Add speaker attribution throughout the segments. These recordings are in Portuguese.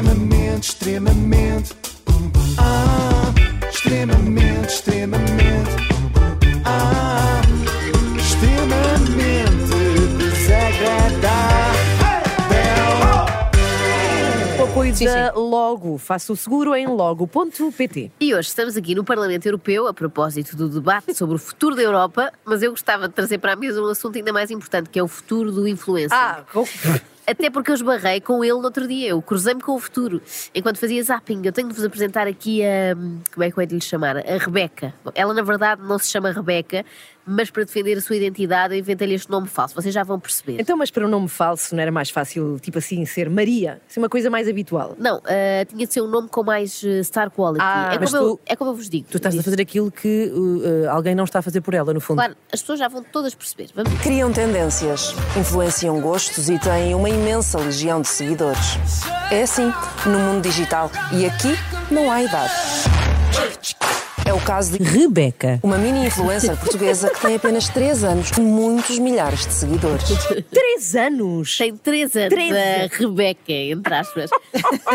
Speaker 1: Extremamente, extremamente. Ah, extremamente, extremamente. Ah, extremamente desagradável.
Speaker 2: Com o apoio
Speaker 3: Sim,
Speaker 2: da é, Logo. Faça o seguro em logo.pt.
Speaker 3: E hoje estamos aqui no Parlamento Europeu a propósito do debate sobre o futuro da Europa, mas eu gostava de trazer para a mesa um assunto ainda mais importante, que é o futuro do influencer.
Speaker 4: Ah,
Speaker 2: com-
Speaker 3: Até porque eu esbarrei com ele no outro dia, eu cruzei-me com o futuro. Enquanto fazia zapping, eu tenho de vos apresentar aqui a. Como é que eu hei de lhe chamar? A Rebeca. Bom, Ela, na verdade, não se chama Rebeca, mas para defender a sua identidade, eu inventei-lhe este nome falso. Vocês já vão perceber.
Speaker 2: Então, mas para um nome falso não era mais fácil, tipo assim, ser Maria? Assim, uma coisa mais habitual.
Speaker 3: Não, ah, tinha de ser um nome com mais eh, star quality.
Speaker 2: Ah,
Speaker 3: é,
Speaker 2: mas
Speaker 3: como eu,
Speaker 2: tu-
Speaker 3: é como eu vos digo.
Speaker 4: Tu estás a fazer aquilo que uh, uh, alguém não está a fazer por ela, no fundo.
Speaker 3: Claro, as pessoas já vão todas perceber. Vamos
Speaker 5: Criam tendências, influenciam gostos e têm uma imensa legião de seguidores. É assim no mundo digital e aqui não há idade. É o caso de
Speaker 4: Rebeca.
Speaker 5: uma mini influencer portuguesa que tem apenas 3 anos com muitos milhares de seguidores.
Speaker 2: Três anos!
Speaker 3: Tem 3 anos,
Speaker 2: Treze.
Speaker 3: a Rebeca, entre aspas.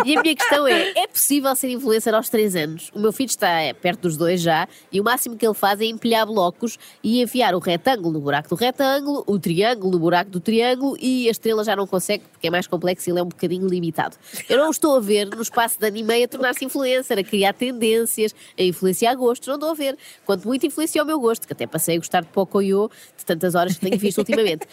Speaker 3: e a minha questão é: é possível ser influencer aos 3 anos? O meu filho está eh, perto dos dois já, e o máximo que ele faz é empilhar blocos e enfiar o retângulo no buraco do retângulo, o triângulo no buraco do triângulo, e a estrela já não consegue porque é mais complexo e ele é um bocadinho limitado. Eu não o estou a ver no espaço de anime a tornar-se influencer, a criar tendências, a influenciar gostos, não estou a ver. Quanto muito influenciou o meu gosto, que até passei a gostar de Pocoyo de tantas horas que tenho visto ultimamente.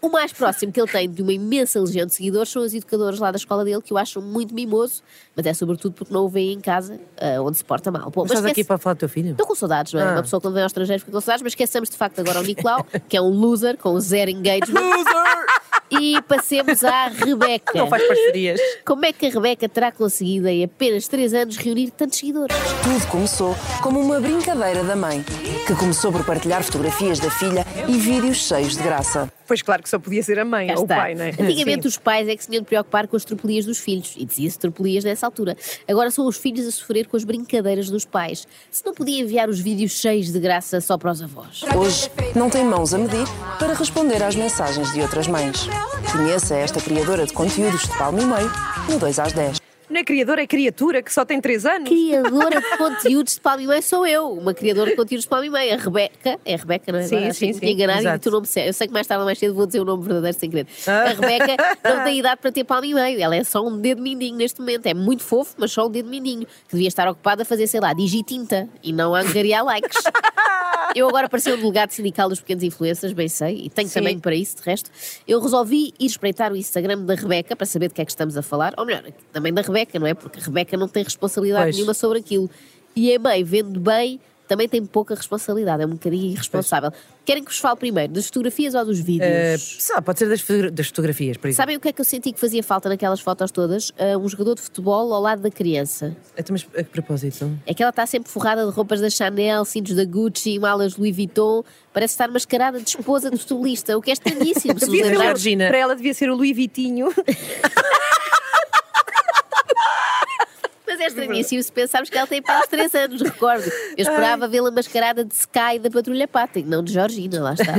Speaker 3: O mais próximo que ele tem de uma imensa legião de seguidores são os educadores lá da escola dele, que eu acho muito mimoso, mas é sobretudo porque não o veem em casa, ah, onde se porta mal. Bom,
Speaker 4: Mas estás aqui
Speaker 3: esquece-
Speaker 4: para falar do teu filho?
Speaker 3: Estou com saudades, não é?
Speaker 4: Ah.
Speaker 3: Uma pessoa que não vem ao estrangeiro fica com saudades, mas esqueçamos de facto agora o Nicolau, que é um loser, com zero engagement. Loser! E passemos à Rebeca.
Speaker 4: Não faz parcerias.
Speaker 3: Como é que a Rebeca terá conseguido, em apenas 3 anos, reunir tantos seguidores?
Speaker 5: Tudo começou como uma brincadeira da mãe, que começou por partilhar fotografias da filha e vídeos cheios de graça.
Speaker 2: Pois claro que só podia ser a mãe
Speaker 3: Cá
Speaker 2: ou o
Speaker 3: está.
Speaker 2: pai, não é?
Speaker 3: Antigamente
Speaker 2: Sim.
Speaker 3: os pais é que se tinham de preocupar com as tropelias dos filhos, e dizia-se tropelias nessa altura. Agora são os filhos a sofrer com as brincadeiras dos pais. Se não podia enviar os vídeos cheios de graça só para os avós.
Speaker 5: Hoje não tem mãos a medir para responder às mensagens de outras mães. Conheça esta criadora de conteúdos de palmo e meio no 2 às 10.
Speaker 2: Não é criador, é criatura que só tem três anos.
Speaker 3: Criadora de conteúdos de Palma e Meia sou eu, uma criadora de conteúdos de Palma e Meia. A Rebeca, é a Rebeca, não é?
Speaker 2: Sim,
Speaker 3: Agora achei
Speaker 2: sim,
Speaker 3: que
Speaker 2: sim,
Speaker 3: me tinha enganado e
Speaker 4: exato.
Speaker 3: dito o nome certo. Eu sei que mais tarde ou mais cedo vou dizer o nome verdadeiro sem querer.
Speaker 2: Ah.
Speaker 3: A Rebeca não tem idade para ter Palma e Meia, ela é só um dedo mindinho neste momento. É muito fofo, mas só um dedo mindinho, que devia estar ocupada a fazer, sei lá, digitinta e não a angariar likes. Eu agora parecia um delegado sindical dos pequenos influencers, bem sei, e tenho
Speaker 2: Sim.
Speaker 3: também para isso, de resto. Eu resolvi ir espreitar o Instagram da Rebeca para saber de que é que estamos a falar, ou melhor, também da Rebeca, não é? Porque a Rebeca não tem responsabilidade
Speaker 4: Pois.
Speaker 3: nenhuma sobre aquilo. E a mãe, vendo bem, também tem pouca responsabilidade, é um bocadinho irresponsável. Querem que vos fale primeiro das fotografias ou dos
Speaker 2: Eh,
Speaker 4: Uh,
Speaker 3: vídeos?
Speaker 4: sei lá, pode ser das, fotogra- das fotografias, por exemplo.
Speaker 3: Sabem o que é que eu senti que fazia falta naquelas fotos todas? Ah, um jogador de futebol ao lado da criança.
Speaker 4: Então, mas a que propósito?
Speaker 3: É que ela está sempre forrada de roupas da Chanel, cintos da Gucci, malas Louis Vuitton. Parece estar mascarada de esposa do futebolista, o que é estranhíssimo. Se nos
Speaker 2: Devia ser o-
Speaker 3: lembrarmos,
Speaker 4: Regina.
Speaker 2: Para ela devia ser o Luís Vitinho.
Speaker 3: mas é estranhíssimo se pensarmos que ela tem para os 3 anos, recordo. Eu esperava vê-la mascarada de Sky da Patrulha Pátria, não de Georgina, lá está.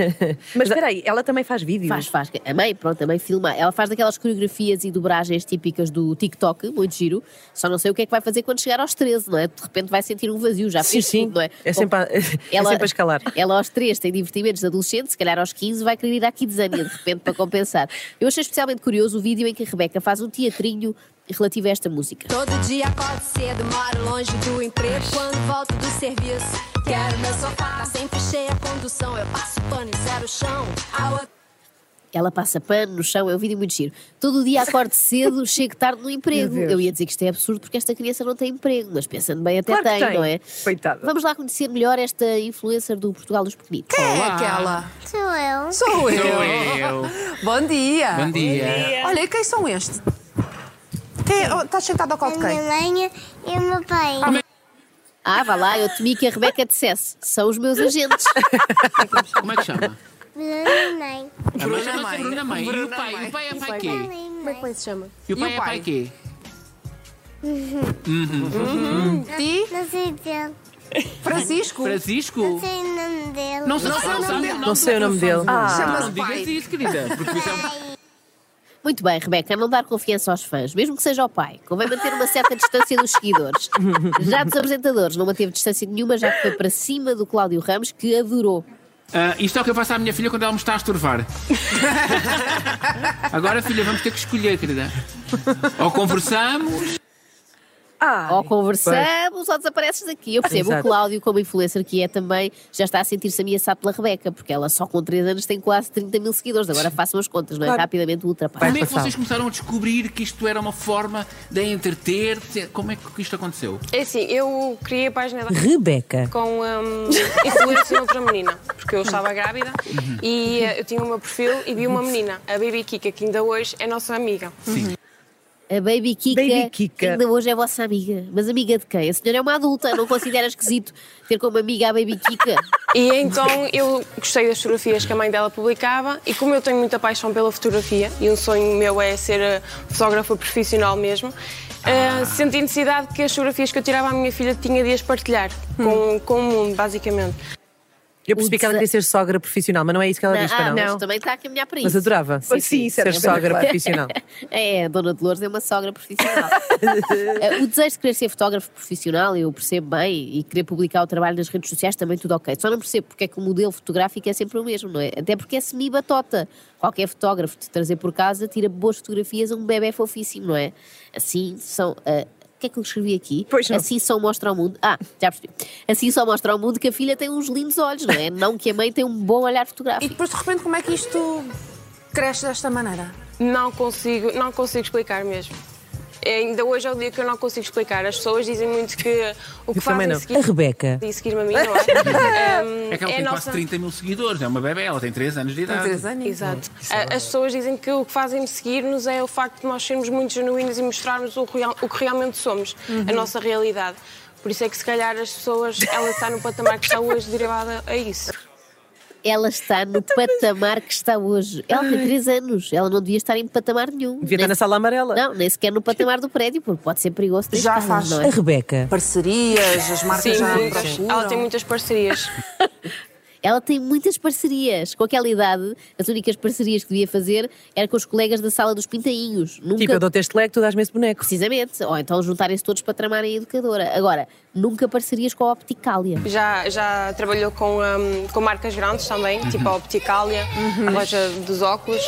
Speaker 2: Mas espera aí, ela também faz vídeos.
Speaker 3: Faz, faz. A mãe, pronto, a mãe filma. Ela faz daquelas coreografias e dobragens típicas do TikTok, muito giro. Só não sei o que é que vai fazer quando chegar aos 13, não é? De repente vai sentir um vazio, já
Speaker 4: Sim,
Speaker 3: fez
Speaker 4: sim.
Speaker 3: tudo, não é?
Speaker 4: É sempre a, é sempre a escalar.
Speaker 3: Ela aos 3 tem divertimentos de adolescente, se calhar aos 15 vai querer ir à Kidzania de repente para compensar. Eu achei especialmente curioso o vídeo em que a Rebeca faz um teatrinho relativo a esta música.
Speaker 6: Todo dia acordo cedo, moro longe do emprego. Quando volto do serviço, quero meu sofá. Tá sempre cheia a condução, eu passo pano e zero chão. Ao
Speaker 3: Ela passa pano no chão, é um vídeo muito giro. Todo dia acordo cedo, chego tarde no emprego.
Speaker 2: Meu Deus.
Speaker 3: Eu ia dizer que isto é absurdo porque esta criança não tem emprego, mas pensando bem, até
Speaker 2: Claro que
Speaker 3: tem,
Speaker 2: tem.
Speaker 3: não é?
Speaker 2: Coitada.
Speaker 3: Vamos lá conhecer melhor esta influencer do Portugal dos Pequenitos.
Speaker 5: É aquela.
Speaker 7: Sou eu.
Speaker 5: Sou eu.
Speaker 8: Sou eu.
Speaker 5: Bom dia.
Speaker 8: Bom dia.
Speaker 5: Olha, e quem são estes? Quem Estás sentado ao
Speaker 7: A minha mãe e o meu pai.
Speaker 3: Ah, vá lá, eu temi que a Rebeca dissesse: são os meus agentes.
Speaker 8: Como é que chama?
Speaker 7: Minha mãe.
Speaker 8: A é mãe chama-se Bruna Mãe. E o pai? O pai é pai quê?
Speaker 7: Minha mãe.
Speaker 8: E o pai é pai quê?
Speaker 6: ti,
Speaker 7: Não sei dele.
Speaker 6: Francisco.
Speaker 8: Francisco?
Speaker 7: Não sei o nome dele.
Speaker 8: Não sei, não sei,
Speaker 4: Não sei o nome dele.
Speaker 8: Não digas isso, querida. Porque isso é um-
Speaker 3: Muito bem, Rebeca, não dar confiança aos fãs, mesmo que seja ao pai. Convém manter uma certa distância dos seguidores. Já dos apresentadores, não manteve distância nenhuma, já que foi para cima do Cláudio Ramos, que adorou.
Speaker 8: Ah, isto é o que eu faço à minha filha quando ela me está a estorvar. Agora, filha, vamos ter que escolher, querida. Ou conversamos.
Speaker 4: Ah,
Speaker 3: ou conversamos, ou desapareces daqui. Eu percebo o
Speaker 4: Exato.
Speaker 3: Cláudio, como influencer que é também, já está a sentir-se ameaçado pela Rebeca, porque ela só com 3 anos tem quase 30 mil seguidores. Agora façam as contas, não é?
Speaker 4: Claro.
Speaker 3: Rapidamente o ultrapassa.
Speaker 8: Como é que
Speaker 4: passar.
Speaker 8: vocês começaram a descobrir que isto era uma forma de entreter? Como é que isto aconteceu?
Speaker 9: É assim, eu criei a página da
Speaker 4: Rebeca.
Speaker 9: com um, influência de outra menina, porque eu estava grávida e eh, eu tinha o meu perfil e vi uma menina, a Baby Kika, que ainda hoje é nossa amiga.
Speaker 8: Sim.
Speaker 3: A Baby Kika,
Speaker 2: Baby Kika.
Speaker 3: que ainda hoje é vossa amiga. Mas amiga de quem? A senhora é uma adulta, não considera esquisito ter como amiga a Baby Kika?
Speaker 9: E então eu gostei das fotografias que a mãe dela publicava e como eu tenho muita paixão pela fotografia e um sonho meu é ser eh, fotógrafa profissional mesmo, eh, senti necessidade que as fotografias que eu tirava à minha filha tinha de as partilhar com, com o mundo, basicamente.
Speaker 4: Eu percebi que ela queria ser sogra profissional, mas não é isso que ela diz para
Speaker 3: ah,
Speaker 4: não.
Speaker 3: mas também está a caminhar para
Speaker 4: Mas
Speaker 3: isso.
Speaker 4: adorava
Speaker 2: Sim, sim,
Speaker 4: ser
Speaker 2: sim.
Speaker 4: sogra
Speaker 2: Claro.
Speaker 4: profissional.
Speaker 3: É, a Dona Dolores é uma sogra profissional. Eh, o desejo de querer ser fotógrafo profissional, eu percebo bem, e querer publicar o trabalho nas redes sociais, também tudo ok. Só não percebo porque é que o modelo fotográfico é sempre o mesmo, não é? Até porque é semi-batota. Qualquer fotógrafo de trazer por casa tira boas fotografias a um bebê fofíssimo, não é? Assim são. ah, o que é que eu escrevi aqui?
Speaker 2: Pois não.
Speaker 3: Assim só mostra ao mundo. Ah, já percebi. Assim só mostra ao mundo que a filha tem uns lindos olhos, não é? Não que a mãe tem um bom olhar
Speaker 10: E
Speaker 3: fotográfico.
Speaker 10: depois de repente como é que isto cresce desta maneira?
Speaker 9: Não consigo, não consigo explicar mesmo. Ainda hoje é o dia que eu não consigo explicar. As pessoas dizem muito que o que
Speaker 4: Eu também
Speaker 9: fazem
Speaker 4: não.
Speaker 9: seguir,
Speaker 4: A Rebeca.
Speaker 9: e seguir-me a mim, não é? Um,
Speaker 8: É que ela
Speaker 9: é
Speaker 8: tem quase
Speaker 9: nossa-
Speaker 8: 30 mil seguidores, é uma bebê, ela tem 3 anos é de idade.
Speaker 10: Três anos?
Speaker 9: Exato. A- As pessoas dizem que o que fazem-me seguir-nos é o facto de nós sermos muito genuínos e mostrarmos o, real- o que realmente somos,
Speaker 4: Uhum.
Speaker 9: a nossa realidade. Por isso é que se calhar as pessoas, ela está no patamar que está hoje derivada a isso.
Speaker 3: Ela está no patamar que está hoje. Ela tem 3 anos. Ela não devia estar em patamar nenhum.
Speaker 4: Devia estar na sala amarela.
Speaker 3: Não, nem sequer no patamar do prédio, porque pode ser perigoso. ter
Speaker 10: Já
Speaker 3: escadas,
Speaker 10: faz.
Speaker 3: não
Speaker 4: A
Speaker 3: é?
Speaker 4: Rebeca.
Speaker 10: Parcerias, as marcas
Speaker 9: Sim,
Speaker 10: já a
Speaker 9: muitas.
Speaker 10: procuram.
Speaker 9: Ela tem muitas parcerias.
Speaker 3: Ela tem muitas parcerias. Com aquela idade, as únicas parcerias que devia fazer era com os colegas da sala dos pintainhos. Nunca...
Speaker 4: Tipo, eu dou-te este leque, tu dás-me esse boneco.
Speaker 3: Precisamente. Ou então juntarem-se todos para tramarem a educadora. Agora, nunca parcerias com a Opticália.
Speaker 9: Já, já trabalhou com, hum, com marcas grandes também,
Speaker 8: Uhum.
Speaker 9: tipo a Opticália, a loja dos óculos.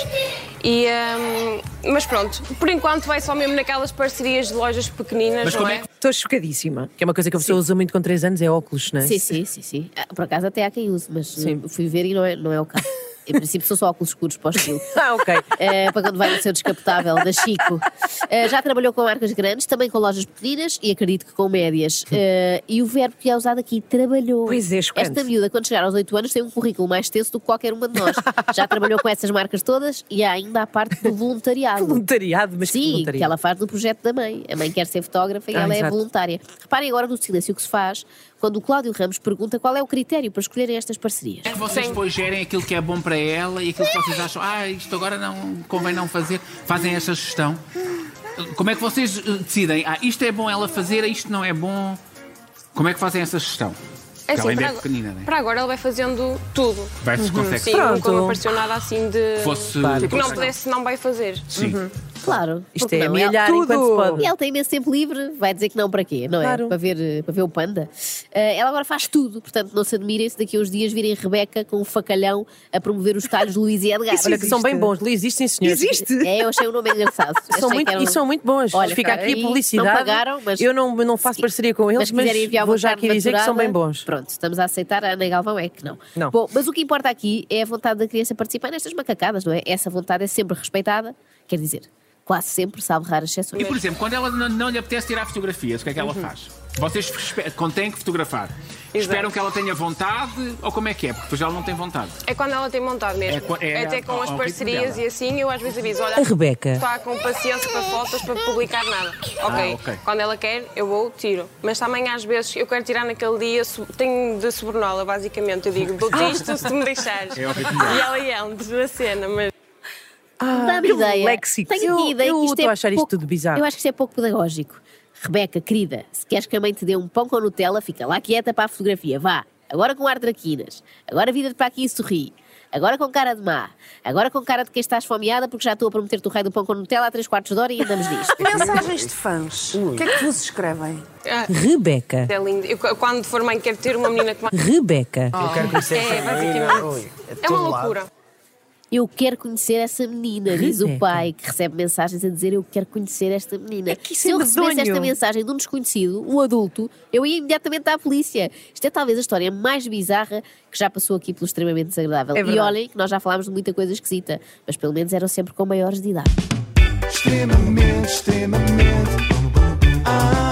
Speaker 9: E, hum, mas pronto, por enquanto vai só mesmo naquelas parcerias de lojas pequeninas,
Speaker 8: Mas
Speaker 9: não
Speaker 8: como
Speaker 9: é?
Speaker 8: é que
Speaker 2: Estou chocadíssima.
Speaker 4: Que é uma coisa que a pessoa usa muito com 3 anos, é óculos, não é?
Speaker 3: Sim, sim, sim, sim. Ah, Por acaso até há quem use, mas eh, fui ver e não é, não é o caso. Em princípio são só óculos escuros para o estilo.
Speaker 4: Ah, ok.
Speaker 3: Eh, para quando vai no seu descapotável da Chico. Eh, já trabalhou com marcas grandes, também com lojas pequeninas e acredito que com médias. Eh, e o verbo que é usado aqui, trabalhou.
Speaker 4: Pois é, chocante.
Speaker 3: Esta miúda, quando chegar aos 8 anos, tem um currículo mais extenso do que qualquer uma de nós. já trabalhou com essas marcas todas e há ainda a parte do voluntariado.
Speaker 4: Voluntariado, mas que
Speaker 3: Sim,
Speaker 4: voluntariado.
Speaker 3: que ela faz no projeto da mãe. A mãe quer ser fotógrafa e
Speaker 4: Ah,
Speaker 3: ela é
Speaker 4: exato.
Speaker 3: voluntária. Reparem agora no silêncio que se faz quando o Cláudio Ramos pergunta qual é o critério para escolherem estas parcerias.
Speaker 8: É que vocês depois gerem aquilo que é bom para ela e aquilo que vocês acham, ah, isto agora não convém não fazer, fazem esta gestão. Como é que vocês eh, decidem, ah, isto é bom ela fazer, isto não é bom? Como é que fazem essa gestão? Porque
Speaker 9: É
Speaker 8: ela
Speaker 9: assim,
Speaker 8: ainda
Speaker 9: para,
Speaker 8: é pequena, né?
Speaker 9: para agora ela vai fazendo tudo.
Speaker 8: Vai se consegue.
Speaker 9: Sim,
Speaker 4: Pronto.
Speaker 9: nunca me apareceu nada assim de.
Speaker 8: Fosse- tipo
Speaker 9: Que não pudesse, não vai fazer.
Speaker 8: Sim.
Speaker 3: Claro.
Speaker 4: Isto
Speaker 3: porque
Speaker 4: é
Speaker 3: não? Ela-
Speaker 4: amelhar
Speaker 2: Tudo.
Speaker 4: enquanto se pode.
Speaker 3: E ela tem imenso tempo livre, vai dizer que não para quê, não é?
Speaker 4: Claro.
Speaker 3: Para, ver, para ver o panda. Eh, ela agora faz tudo, portanto não se admirem se daqui a uns dias virem Rebeca com um facalhão a promover os talhos de Luís e Edgar.
Speaker 4: Olha que são bem bons. Luís, existe sim, senhor.
Speaker 2: Existe?
Speaker 3: É, eu achei o nome engraçado. Achei
Speaker 4: São
Speaker 3: que
Speaker 4: muito,
Speaker 3: era um-
Speaker 4: E são muito bons.
Speaker 3: Olha,
Speaker 4: Fica
Speaker 3: está
Speaker 4: aqui
Speaker 3: aí,
Speaker 4: a publicidade.
Speaker 3: Não pagaram, mas.
Speaker 4: Eu não, não faço parceria com
Speaker 3: Mas,
Speaker 4: eles, mas,
Speaker 3: quiserem enviar
Speaker 4: vou
Speaker 3: uma
Speaker 4: já
Speaker 3: carne
Speaker 4: aqui dizer que são bem
Speaker 3: maturada,
Speaker 4: bons.
Speaker 3: Pronto, estamos a aceitar. A Ana Galvão é que não.
Speaker 4: Não.
Speaker 3: Bom, mas o que importa aqui é a vontade da criança participar nestas macacadas, não é? Essa vontade é sempre respeitada, quer dizer, quase sempre, sabe raras exceções.
Speaker 8: E por exemplo, quando ela não, não lhe apetece tirar fotografias, o que é que
Speaker 9: Uhum.
Speaker 8: ela faz? Vocês espe- quando têm que fotografar, esperam que ela tenha vontade ou como é que é? Porque depois ela não tem vontade.
Speaker 9: É quando ela tem montado
Speaker 8: É
Speaker 9: mesmo.
Speaker 8: qua- é
Speaker 9: Até com
Speaker 8: ao-
Speaker 9: as
Speaker 8: ao ritmo
Speaker 9: parcerias
Speaker 8: dela.
Speaker 9: e assim, eu às vezes aviso: olha,
Speaker 4: A Rebeca.
Speaker 9: está com paciência para fotos para publicar nada. Ok.
Speaker 8: Ah, ok.
Speaker 9: Quando ela quer, eu vou, tiro. Mas também às vezes eu quero tirar naquele dia, so- tenho de sobrenola, basicamente. Eu digo:
Speaker 4: Ah.
Speaker 9: dou-te isto se tu me deixares.
Speaker 8: É ao ritmo dela.
Speaker 9: e ela é um da cena, mas.
Speaker 3: Dá-me
Speaker 4: Ah, que
Speaker 3: ideia.
Speaker 4: léxico.
Speaker 3: Tenho aqui
Speaker 4: Eu-
Speaker 3: ideia
Speaker 4: eu
Speaker 3: que isto
Speaker 4: estou
Speaker 3: é
Speaker 4: a achar isto
Speaker 3: pouco-
Speaker 4: tudo bizarro.
Speaker 3: Eu acho que isto é pouco pedagógico. Rebeca, querida, se queres que a mãe te dê um pão com Nutella, fica lá quieta para a fotografia. Vá, agora com ar traquinas. Agora vira-te para aqui e sorri. agora com cara de má, agora com cara de quem está esfomeada porque já estou a prometer-te o rei do pão com Nutella a 3 quartos de hora e andamos nisto.
Speaker 10: Mensagens de fãs. O que é que vos escrevem?
Speaker 9: Ah,
Speaker 4: Rebeca.
Speaker 9: é lindo. Eu, quando for mãe, quero ter uma menina que.
Speaker 4: Rebeca.
Speaker 1: Eu quero conhecer
Speaker 9: É,
Speaker 1: essa
Speaker 9: basicamente.
Speaker 1: menina. Ui,
Speaker 9: É uma
Speaker 1: todo lado.
Speaker 9: loucura.
Speaker 3: Eu quero conhecer essa menina, diz o
Speaker 4: Rebeca.
Speaker 3: pai, que recebe mensagens a dizer eu quero conhecer esta menina.
Speaker 2: que isso
Speaker 3: Se
Speaker 2: é
Speaker 3: eu recebesse
Speaker 2: medonho.
Speaker 3: esta mensagem de um desconhecido, um adulto, eu ia imediatamente à polícia. Isto é talvez a história mais bizarra que já passou aqui pelo extremamente desagradável.
Speaker 2: É
Speaker 3: e
Speaker 2: verdade.
Speaker 3: olhem que nós já falámos de muita coisa esquisita, mas pelo menos eram sempre com maiores de idade.
Speaker 1: Extremamente, extremamente. Ah,